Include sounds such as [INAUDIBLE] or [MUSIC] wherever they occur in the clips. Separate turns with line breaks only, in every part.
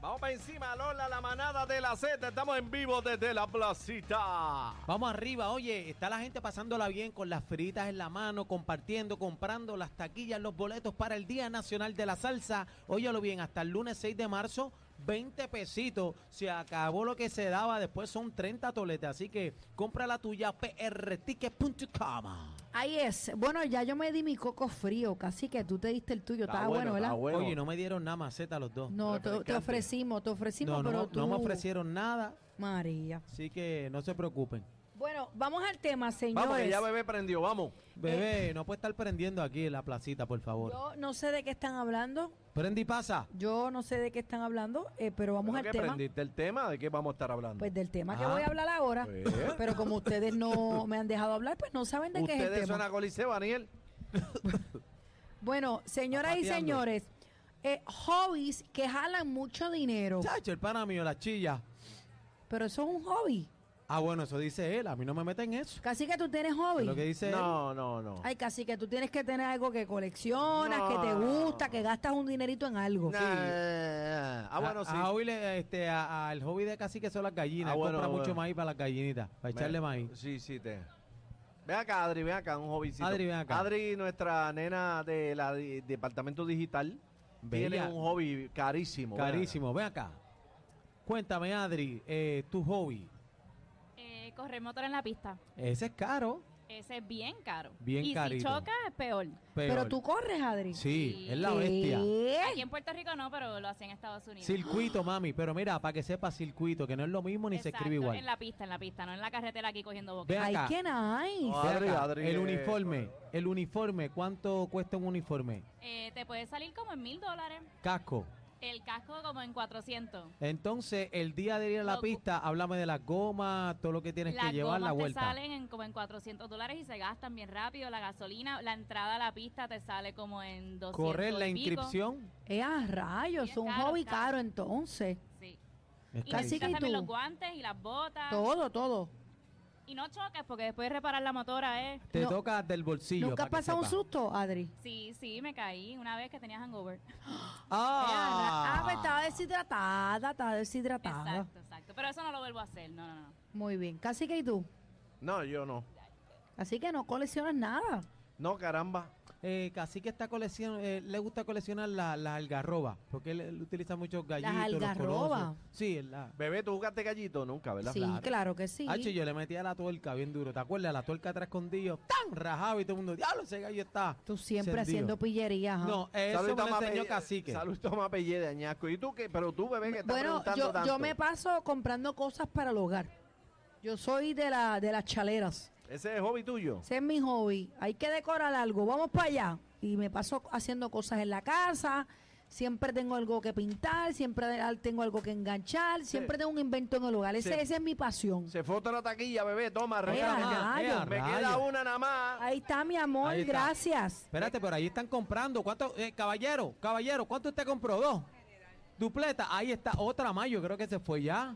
Vamos para encima, Lola, la manada de la Z. Estamos en vivo desde la placita.
Vamos arriba, oye, está la gente pasándola bien con las fritas en la mano, compartiendo, comprando las taquillas, los boletos para el Día Nacional de la Salsa. Óyalo bien, hasta el lunes 6 de marzo, 20 pesitos. Se acabó lo que se daba, después son 30 toletes. Así que compra la tuya, prticket.com.
Ahí es. Bueno, ya yo me di mi coco frío, casi que tú te diste el tuyo. Estaba bueno, ¿verdad?
está bueno.
Oye, no me dieron nada más Z los dos.
No, te- te, ofrecimos, te ofrecimos,
no, no,
pero
no
tú.
me ofrecieron nada,
María.
así que no se preocupen.
Bueno, vamos al tema,
Vamos, que
señores.
ya bebé prendió, vamos.
Bebé, no puede estar prendiendo aquí en la placita, por favor.
Eh. Yo no sé de qué están hablando.
Prende y pasa.
Yo no sé de qué están hablando, eh, pero vamos
¿Pero
al
qué
tema.
prendiste el tema? ¿De qué vamos a estar hablando?
Pues del tema que
Ah.
voy a hablar ahora.
Pues.
Pero como ustedes no me han dejado hablar, pues no saben de qué es el
Ustedes
tema.
son a Coliseo, Daniel.
Bueno, señoras y
Zapateando.
señores, eh, hobbies que jalan mucho dinero.
Chacho, el pana mío, la chilla.
Pero eso es un hobby.
Ah, bueno, eso dice él. A mí no me meten eso.
Casi que tú tienes
Es
hobby.
lo que dice él.
No, no, no.
Ay, casi que tú tienes que tener algo que coleccionas,
No.
que te gusta, que gastas un dinerito en algo.
Nah. Ah, bueno,
A-
sí.
A, hoy le- este, a- a el hobby de casi que son las gallinas.
Ah,
Él
bueno,
compra mucho
bueno.
maíz para las gallinitas, para echarle
Ven.
maíz.
Sí, sí, te. Ven acá, Adri, ven acá, un jovencito.
Adri, ven acá.
Adri, nuestra nena del departamento digital,
Bella.
tiene un hobby carísimo. ven acá.
Carísimo. Ven acá. Cuéntame, Adri, eh, tu hobby.
Eh, correr motor en la pista.
Ese es caro.
Ese es bien caro.
Bien
y
carito.
si choca, es peor.
Peor.
Pero tú corres, Adri.
Sí,
Sí.
es la
¿Qué?
bestia.
Aquí en Puerto Rico no, pero lo hacía en Estados Unidos.
Circuito, mami. Pero mira, para que sepa circuito, que no es lo mismo ni se
Exacto,
escribe igual.
En la pista, en la pista, no en la carretera aquí cogiendo boca.
Ve
Ay,
acá.
qué nice.
Ah.
Ve
Adri,
acá,
Adri,
el
eh,
uniforme, el uniforme, ¿cuánto cuesta un uniforme?
Eh, te puede salir como en mil dólares.
Casco.
El casco como en 400.
Entonces, el día de ir a la
Lo-
pista, háblame de las gomas, todo lo que tienes
Las
que llevar, la
gomas
vuelta.
te salen en, como en 400 dólares y se gastan bien rápido. La gasolina, la entrada a la pista te sale como en 200
Correr la
y pico.
inscripción.
Eh, a rayos,
Sí, es
un
caro,
hobby
caro.
caro entonces.
Sí.
Está
Así
Y necesitas
difícil.
que-
también
tú-
los guantes y las botas.
Todo, todo.
Y no choques porque después de reparar la motora eh. es...
Te
No.
toca del bolsillo. para
¿Nunca has
que
pasado un
sepa.
susto, Adri?
Sí, sí, me caí una vez que tenía hangover.
Ah,
Ah,
pues estaba deshidratada, estaba deshidratada.
Exacto, exacto. Pero eso no lo vuelvo a hacer, no, no, no.
Muy bien. Casi que y tú.
No, yo no.
Así que no coleccionas nada.
No, caramba.
eh, casi que está coleccion, eh, le gusta coleccionar la- las algarrobas, porque él, él utiliza muchos gallitos. los
algarrobas?
colosos. Sí, es la.
Bebé, ¿tú jugaste gallito? Nunca, ¿verdad?
sí, claro. que sí.
Hacho, yo le metía la tuerca bien duro. ¿Te acuerdas? La tuerca atrás escondido. ¡Tan! Rajado y todo el mundo. ¡Diablo, ese gallo está!
Tú siempre
Servido.
haciendo pillería. ajá.
No, eso me
Saludos
lo
a
enseñó
Mapelle-
Cacique.
Saludos a Mapelle de Añasco. ¿Y tú qué? Pero tú, bebé, que estás
Bueno,
preguntando
yo,
tanto.
yo me paso comprando cosas para el hogar. Yo soy de, la, de las chaleras.
¿Ese es el hobby tuyo?
Ese es mi hobby. Hay que decorar algo. Vamos para allá. Y me paso haciendo cosas en la casa. Siempre tengo algo que pintar, siempre al- tengo algo que enganchar, siempre tengo un invento en el hogar. Ese,
Sí.
Esa es mi pasión.
Se fue otra taquilla, bebé. Toma, regala.
ajá.
ea,
Me
rayos.
queda una nada más.
Ahí está, mi amor,
Ahí está.
gracias.
Espérate, pero ahí están comprando. ¿Cuánto, eh, caballero, caballero, cuánto usted compró? Dos. Dupleta, ahí está otra más, yo creo que se fue ya.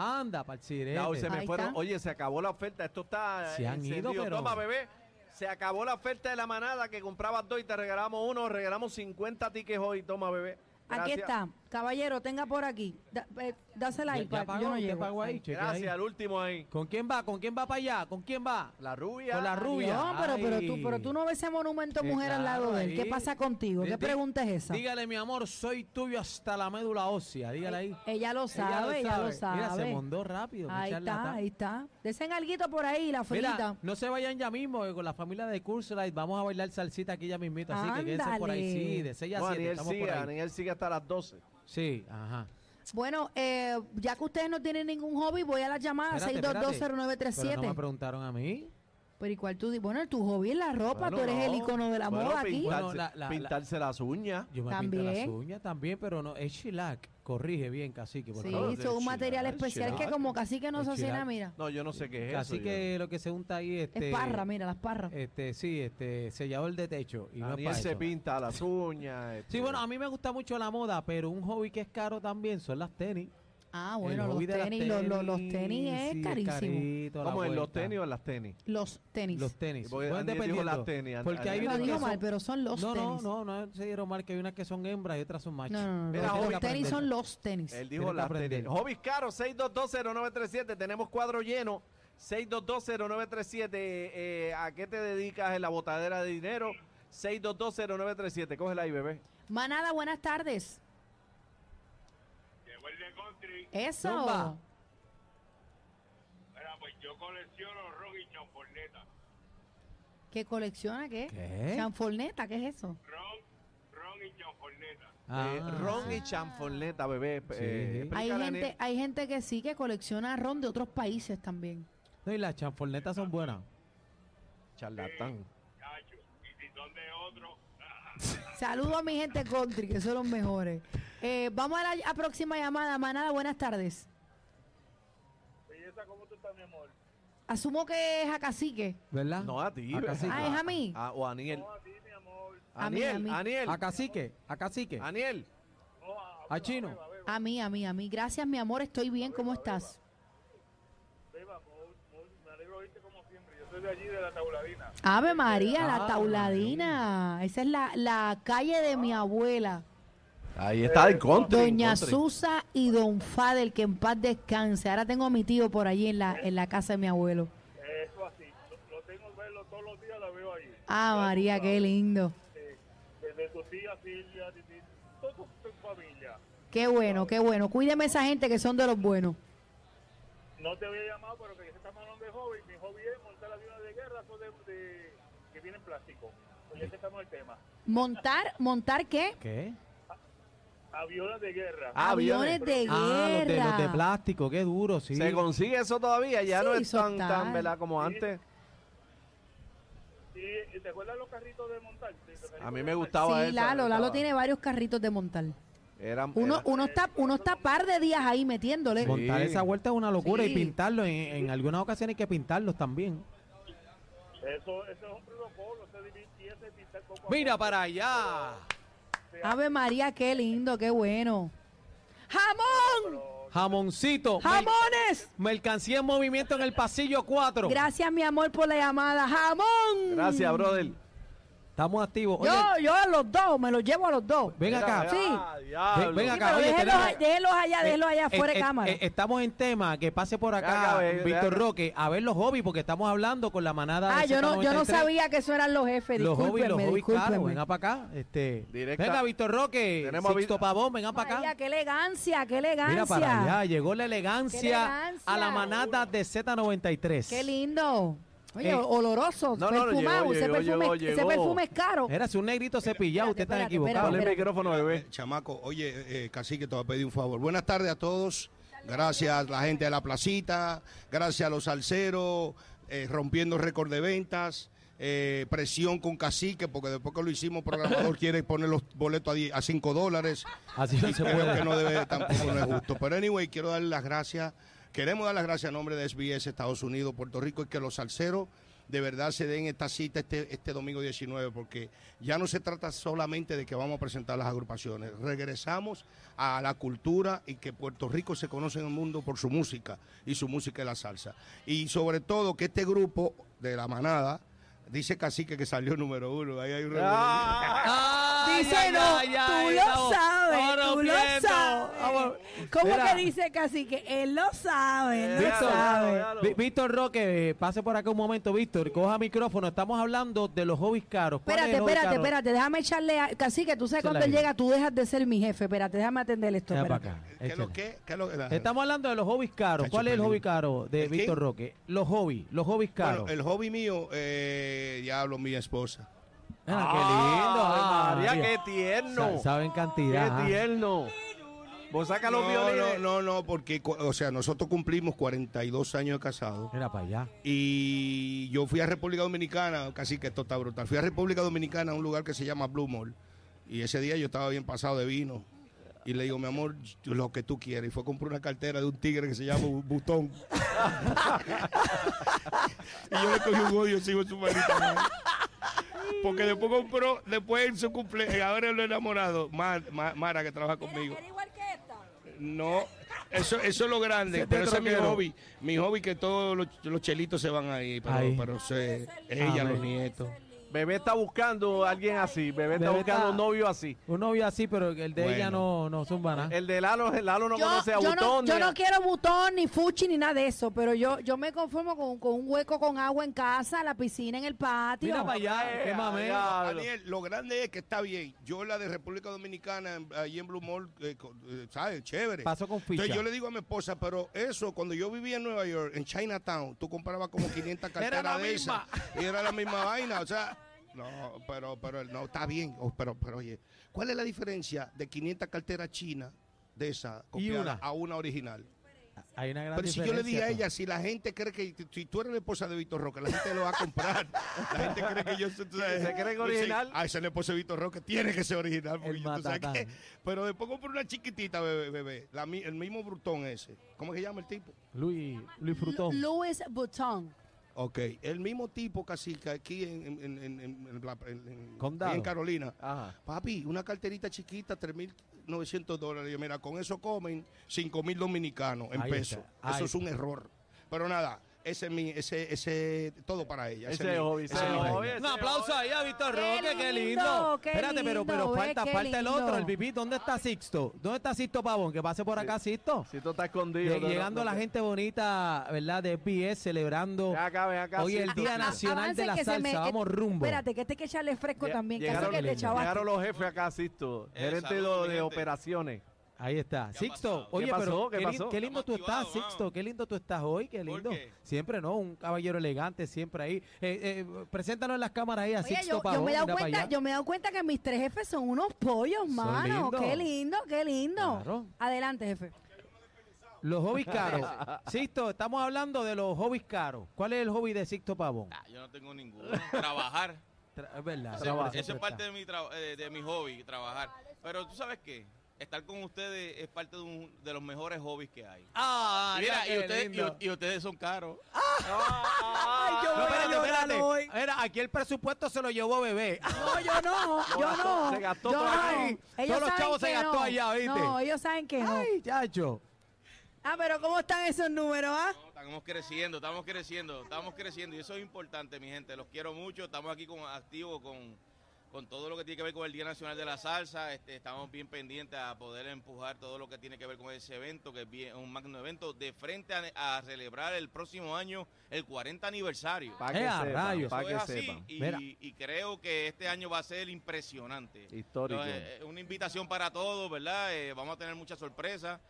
Anda, Ah, parcirete.
No, se me
Ahí
fueron.
está.
Oye, se acabó la oferta. Esto está. eh,
Se han ido,
encendido.
pero-
Toma, bebé. Se acabó la oferta de la manada que comprabas dos y te regalamos uno. Regalamos 50 tickets hoy. Toma, bebé.
Aquí
Gracias.
está, caballero, tenga por aquí. Da- eh, dásela
Ya-
ahí,
ya pagó,
yo no
ya
llego.
pagó ahí,
Ahí.
chequea ahí.
Gracias, el último ahí.
¿Con quién va? ¿Con quién va para allá? ¿Con quién va?
La rubia.
Con la rubia.
No, pero, pero, tú,
Ay.
pero tú no ves ese monumento
Sí,
mujer al lado
claro,
de él. ¿Qué
ahí.
pasa contigo?
Di-
¿Qué
di-
pregunta es esa?
Dígale, mi amor, soy tuyo hasta la médula ósea. Dígale ahí.
Ella lo sabe, ella lo sabe.
Mira, se mondó rápido. qué
Ahí está,
charlatán.
ahí está. Desen alguito por ahí, la frita.
Mira, no se vayan ya mismo, que con la familia de Cursorite vamos a bailar salsita aquí ya mismito. Así que quédense por ahí,
Ándale.
sí, de 6 a
No,
7.
Aniel
estamos
sigue,
por ahí.
Aniel sigue hasta las 12.
Sí, ajá.
Bueno, eh, ya que ustedes no tienen ningún hobby, voy a la llamada
Espérate, espérate. Pero no me
6220937.
preguntaron a mí.
Pero ¿y cuál tú? di- Bueno, tu hobby es la ropa,
Bueno,
tú eres
no.
el icono de la
Bueno,
moda aquí.
pintarse,
Bueno, la- la-
pintarse las uñas.
Yo me pinté las
También.
uñas también, pero no, es chilac. Corrige bien, cacique, por
Sí,
favor.
del
son un material
chilac,
especial
chilac.
que como casi que no
El
se hacía
chilac.
nada, mira.
No, yo no sé qué es
Así
eso.
que lo que se unta ahí este
Es parra, mira, las parras.
este sí, este sellador de techo y
yo-
no es
Aniel
para
se
eso.
pinta las uñas.
Sí,
este,
bueno, a mí me gusta mucho la moda, pero un hobby que es caro también son las tenis.
Ah,
El
bueno, los
hobby de las
tenis, los, los- los tenis es
sí,
carísimo.
carito, la
¿Cómo en los
vuelta.
tenis o en las tenis?
Los tenis.
Los tenis.
Porque
Bueno,
Aniel dijo
dependiendo,
las tenis, An-
Porque hay
Aniel
no
unas que
dijo
son-
mal, pero son los
no,
tenis.
no, no, no se dieron mal que hay unas que son hembras y otras son machos.
No, no, no,
Mira,
los-
joven,
los tenis son los tenis.
Él
Tiene
dijo
que
las
aprender.
tenis. Hobbies caros, 6220937. Tenemos cuadro lleno. 6220937. Eh, ¿A qué te dedicas en la botadera de dinero? 6220937. Cógela ahí, bebé.
Manada, buenas tardes.
Llegó el de country.
Eso.
Zumba.
Mira, pues yo colecciono rock y champorneta.
¿Qué colecciona qué?
¿Qué?
Chanforneta, ¿qué es eso?
Ron, ron y champorneta.
Ah.
Eh, ron y chanforneta, bebé. Eh,
Sí.
Hay
explícale,
gente,
Aniel.
hay gente que sí que colecciona ron de otros países también.
No, y las chanfornetas son buenas.
Charlatán.
Cacho. Y si son de otro,
Saludo a mi gente country, que son los mejores. Eh, vamos a la a próxima llamada. Manada, buenas tardes.
Belleza, ¿cómo tú estás, mi amor?
Asumo que es a cacique.
¿Verdad?
No, a ti.
A
bebé.
cacique.
Ah, es a mí.
Ah, o a Aniel.
No, a ti, mi amor.
A mí, a
Aniel,
mí.
Aniel.
A cacique, a cacique,
Aniel.
No, a,
a chino.
A mí, a mí, a mí. Gracias, mi amor, estoy bien. ¿Cómo estás?
Beba, muy- muy- me alegro oírte como siempre. Yo soy de allí, de la Tauladina. Este, ah,
Ave María,
Ave
la tauladina. Esa es la, la calle de
Ah.
mi abuela.
Ahí está el country.
Doña
country.
Susa y Don Fadel, que en paz descanse. Ahora tengo a mi tío por allí en la, en la casa de mi abuelo.
Eso así. Lo, lo tengo que verlo todos los días, la veo allí.
Ah, María, qué lindo.
Eh, desde tu tía Silvia, de ti, toda tu, tu familia.
Qué bueno, qué bueno. Cuídeme esa gente que son de los buenos.
No te había llamado, pero que yo estamos hablando de hobby. Mi hobby es montar aviones de guerra, son de, de- que vienen plástico. Pues ya que estamos en el tema.
Montar, montar qué?
¿Qué?
Aviones de guerra.
Ah,
Aviones
aviones.
de
Ah, los de,
guerra.
los de plástico, qué duro, sí.
Se consigue eso todavía, ya
Sí,
no es tan,
total.
tan ¿verdad? como antes.
Sí, ¿Te acuerdas los carritos de montar? Sí, los carritos
A mí
de
me
montar.
gustaba
sí,
eso.
Lalo, Lalo tiene varios carritos de montar.
Era,
Uno, uno está, uno está par de días ahí metiéndole.
Sí.
Montar esa vuelta es una locura y
Sí.
pintarlo. En, en algunas ocasiones hay que pintarlos también.
Eso, eso es un protocolo, se divide ese pintar poco a
Mira
poco.
para allá.
Ave María, qué lindo, qué bueno. ¡Jamón!
Jamoncito.
¡Jamones!
Mer- mercancía en movimiento en el pasillo 4.
Gracias, mi amor, por la llamada. ¡Jamón!
Gracias, brother.
Estamos activos. Oye,
Yo, yo a los dos, me los llevo a los dos.
ven acá.
Sí.
Ven- ven
Sí,
acá.
pero
oye,
déjenlos,
tenemos-
a- déjenlos allá, déjenlos allá
Eh,
afuera de
eh,
cámara.
eh, estamos en tema, que pase por
Acá,
acá,
ve- ve
Víctor
acá.
Roque, a ver los hobbies, porque estamos hablando con la manada
ah,
de
yo no, yo no
Z93.
sabía que eso eran los jefes.
Los hobbies, los
discúlpenme,
hobbies, claro,
discúlpenme.
venga para acá. Este,
Directa.
Venga, Víctor Roque,
Tenemos a
Sixto
Víctor-
Pavón, venga para
María,
acá.
qué elegancia, qué elegancia.
Mira para allá, llegó la elegancia,
Qué elegancia.
a la manada de Z93.
Qué lindo. Oye,
Eh.
oloroso,
No, no, no,
perfumado.
llegó,
ese,
llegó,
perfume,
llegó,
ese
llegó.
perfume es caro.
Era si un negrito cepillado, usted está
espérate,
equivocado.
Ponle el micrófono, bebé.
Chamaco, oye, eh, cacique, te voy a pedir un favor. Buenas tardes a todos. Gracias a la gente de la placita, gracias a los salseros, eh, rompiendo récord de ventas. eh, presión con cacique, porque después que lo hicimos, programador quiere poner los boletos a die- a 5 dólares.
Así no se
Creo que
puede.
no debe, tampoco no es justo. Pero anyway, quiero dar las gracias. Queremos dar las gracias a nombre de SBS Estados Unidos, Puerto Rico, y que los salseros de verdad se den esta cita este, este domingo 19, porque ya no se trata solamente de que vamos a presentar las agrupaciones. Regresamos a la cultura y que Puerto Rico se conoce en el mundo por su música, y su música es la salsa. Y sobre todo que este grupo de la manada, dice Cacique que salió número uno, ahí hay un revolú.
Ah.
Ah,
Ay, ay,
Díselo,
ay, ay,
tú
no.
lo sabes,
Oro
tú lo
Prieto.
sabes. ¿Cómo
Mira.
que dice casi que él lo sabe, él lo
Déjalo,
sabe?
déjalo,
Vi-
déjalo.
Víctor Roque, eh, pase por acá un momento, Víctor, coja micrófono. Estamos hablando de los hobbies caros. ¿Cuál es el
Espérate,
hobby
espérate,
caro?
espérate, déjame echarle a... Casi que tú sabes
Échale
cuando él
ahí.
llega, tú dejas de ser mi jefe. Espérate, déjame atender esto.
Venga
espérate.
para acá,
¿Qué es lo
échale.
que? ¿Qué es lo que?
Estamos hablando de los hobbies caros.
Cacho,
¿Cuál es el
peligro.
hobby caro de
¿El quién?
Víctor Roque? Los hobbies, los hobbies caros.
Bueno, el hobby mío, eh, diablo, mi esposa.
Mira, Ah, qué lindo. ah,
María,
mira.
qué tierno.
Sa- Saben cantidad. ah.
Qué tierno. Vos saca los
no,
violines.
No, no, no, porque, cu- o sea, nosotros cumplimos 42 años de casado
Mira para allá.
y yo fui a República Dominicana, casi que esto está brutal. Fui a República Dominicana a un lugar que se llama Blue Mall y ese día yo estaba bien pasado de vino. Y le digo, mi amor, lo que tú quieras. Y fue a comprar una cartera de un tigre que se llama Bu- Butón. [LAUGHS] y yo le cogí un odio, sigo su maldita madre. Porque después compró, después en su cumpleaños, ahora lo enamorado, Mar- Ma- Mara, que trabaja conmigo. No, eso, eso es lo grande, pero ese es mi
troquero.
hobby. Mi hobby que todos los, los chelitos se van ahí, pero,
Ahí.
pero se-
lindo.
ella, los nietos.
Bebé está buscando a alguien así. Bebé está
Bebé
buscando
está-
un novio así.
Un novio así, pero el de ella no, no zumba nada.
Eh,
El de Lalo, el Lalo no
Yo,
conoce a
yo no,
Butón.
yo
ni a-
no quiero butón, ni fuchi, ni nada de eso, pero yo, yo me conformo con, con un hueco con agua en casa, la piscina en el patio.
Mira para allá, qué
Eh,
mamé.
diablo.
Daniel, lo grande es que está bien. Yo la de República Dominicana, en- ahí en Blue Mall, eh, co- eh, ¿sabes? Chévere.
Pasó con ficha.
Entonces yo le digo a mi esposa, pero eso, cuando yo vivía en Nueva York, en Chinatown, tú comprabas
[LAUGHS]
como 500 carteras
la
de esas.
misma.
Y era la misma vaina, o sea... No, pero, pero no, está bien. Oh, pero, pero oye, ¿cuál es la diferencia de 500 carteras chinas de esas copiadas
una.
a una original?
Hay una gran
Pero si yo le dije a
diferencia,
ella, si la gente cree que t- si tú eres la esposa de Víctor Roque, la gente lo va a comprar. La gente cree que yo soy. tú sabes,
¿Se cree que
yo soy-
original?
Ah, esa es la esposa de Víctor Roque, tiene que ser original. Porque
El
yo- tú sabes
matatán.
que- pero después compré una chiquitita, bebé, bebé. La mi- el mismo brutón ese. ¿Cómo que se llama el tipo?
Luis, Luis Frutón.
Louis Vuitton.
Ok, el mismo tipo casi que aquí en, en, en- en- en la- en- en-
Condado.
ahí en Carolina.
Ajá.
Papi, una carterita chiquita, 3.900 dólares. Yo, mira, con eso comen 5.000 dominicanos en
Ahí
peso.
está, ahí
Eso es un error. Pero nada, ese es mi, ese, ese, todo para ella.
Ese
mi-
hobby, ese
mi
hobby.
hobby.
ese
Un aplauso ahí a Víctor
Qué
Roque, qué
lindo,
lindo.
qué
Espérate, pero, pero
lindo, ve,
falta,
qué
falta el otro,
lindo.
el Bibi. ¿Dónde está Sixto? ¿Dónde está Sixto Pavón? Que pase por acá, Sixto.
Si tú estás escondido.
Lle-
no- no-
Llegando
no-
la gente bonita, ¿verdad? De SBS celebrando.
Ven acá, ven acá.
Hoy el
Silvio,
Día
Silvio.
Nacional. de
Avance
la
que se
salsa,
me-
vamos rumbo.
Espérate, que este hay que echarle fresco
Lle-
también,
llegaron-
casi que te chavaste.
Llegaron los jefes acá, Sisto.
Eh,
Gerente
saludos,
de,
mi
de
gente. [LAUGHS]
operaciones.
Ahí está. Sixto,
pasado?
oye,
¿Qué pasó?
pero
¿Qué
qué, lin-
pasó?
qué lindo tú
Estamos
estás,
activados,
Sixto.
vamos.
Qué lindo tú estás hoy, qué
¿Por
lindo.
qué?
Siempre, ¿no? Un caballero elegante, siempre ahí. Eh, eh, preséntanos en las cámaras ahí a
Oye,
Sixto
yo, yo
Pavón,
me he dado
mira pa'
cuenta,
allá.
yo me he dado cuenta que mis tres jefes son unos pollos, mano.
lindos.
Qué lindo, qué lindo.
Claro.
Adelante, jefe.
Los hobbies
[LAUGHS]
caros. Sixto, estamos hablando de los hobbies caros. ¿Cuál es el hobby de Sixto Pavón?
Ah, yo no tengo ninguno. Trabajar.
[LAUGHS] Tra- Es verdad.
Ese-
trabajo,
Eso
siempre
es parte
está.
de mi, traba- eh, de mi hobby, trabajar. Pero tú sabes qué? Estar con ustedes es parte de, un- de los mejores hobbies que hay.
Ah,
Y
mira,
Mira, y
qué
ustedes,
lindo.
y- y ustedes son caros.
Ay, yo
No,
voy a
espérate,
llorar
espérate.
hoy.
Mira, aquí el presupuesto se lo llevó bebé.
No, yo no, yo
gastó-
no.
se gastó
yo
por
no.
ahí.
Ellos
Todos los
saben
chavos se
que
gastó
no.
allá, ¿viste?
No, ellos saben que no.
Ay, chacho.
Ah, pero ¿cómo están esos números, ah?
No, Estamos creciendo, estamos creciendo, estamos creciendo y eso es importante, mi gente. Los quiero mucho. Estamos aquí con activos con, con todo lo que tiene que ver con el Día Nacional de la Salsa. Este, estamos bien pendientes a poder empujar todo lo que tiene que ver con ese evento, que es bien- un magno evento de frente a, a celebrar el próximo año el 40 aniversario.
Para que
Eh, a
sepan,
rayos.
para
Eso
que
es así,
sepan.
y-
Mira.
y creo que este año va a ser impresionante.
Histórico.
Entonces, eh, una invitación para todos, ¿verdad? Eh, vamos a tener muchas sorpresas.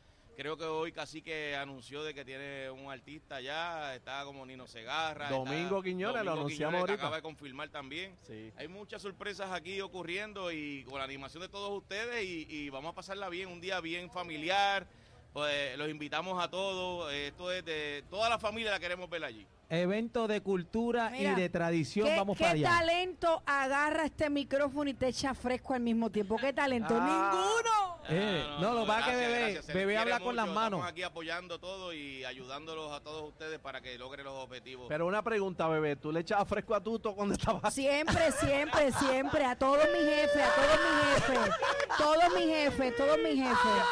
Creo que hoy casi que anunció de que tiene un artista ya, está como Nino Segarra. está
Domingo Quiñones, lo anunciamos
Quiñones, que
ahorita.
Acaba de confirmar también.
Sí.
Hay muchas sorpresas aquí ocurriendo y con la animación de todos ustedes y, y vamos a pasarla bien, un día bien familiar. Pues los invitamos a todos. eh, Esto es de toda la familia la queremos ver allí.
Evento de cultura
Mira,
y de tradición.
¿Qué,
Vamos
qué
para allá.
talento agarra este micrófono y te echa fresco al mismo tiempo? ¿Qué talento?
Ah.
Ah,
Eh, no, lo que pasa es que
gracias,
Bebé-
gracias, se les
Bebé
quiere
habla con las manos.
Estamos aquí apoyando todo y ayudándolos a todos ustedes para que logren los objetivos.
Pero una pregunta, bebé. ¿Tú le echabas fresco a Tuto cuando
Ninguno.
estabas
Siempre, siempre, siempre. A todos mis jefes, a todos mis jefes. Todos mis jefes, todos mis jefes.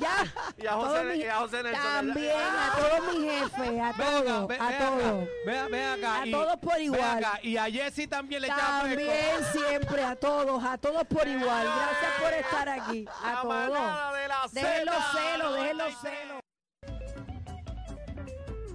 Ya.
Y a
todos
José,
mis-
y a José Nelson.
También a todos mis jefes, a
Ven acá,
todos,
ven-
a
ven acá,
todos.
ven- ven acá,
A
y-
todos por
ven
igual.
acá, Y a Jessy también le echaba fresco.
También siempre, a todos, a todos por igual. Gracias por estar aquí. A
La manada
todos.
de la
Dejen los
Zeta,
celos, dejen los
93.
celos.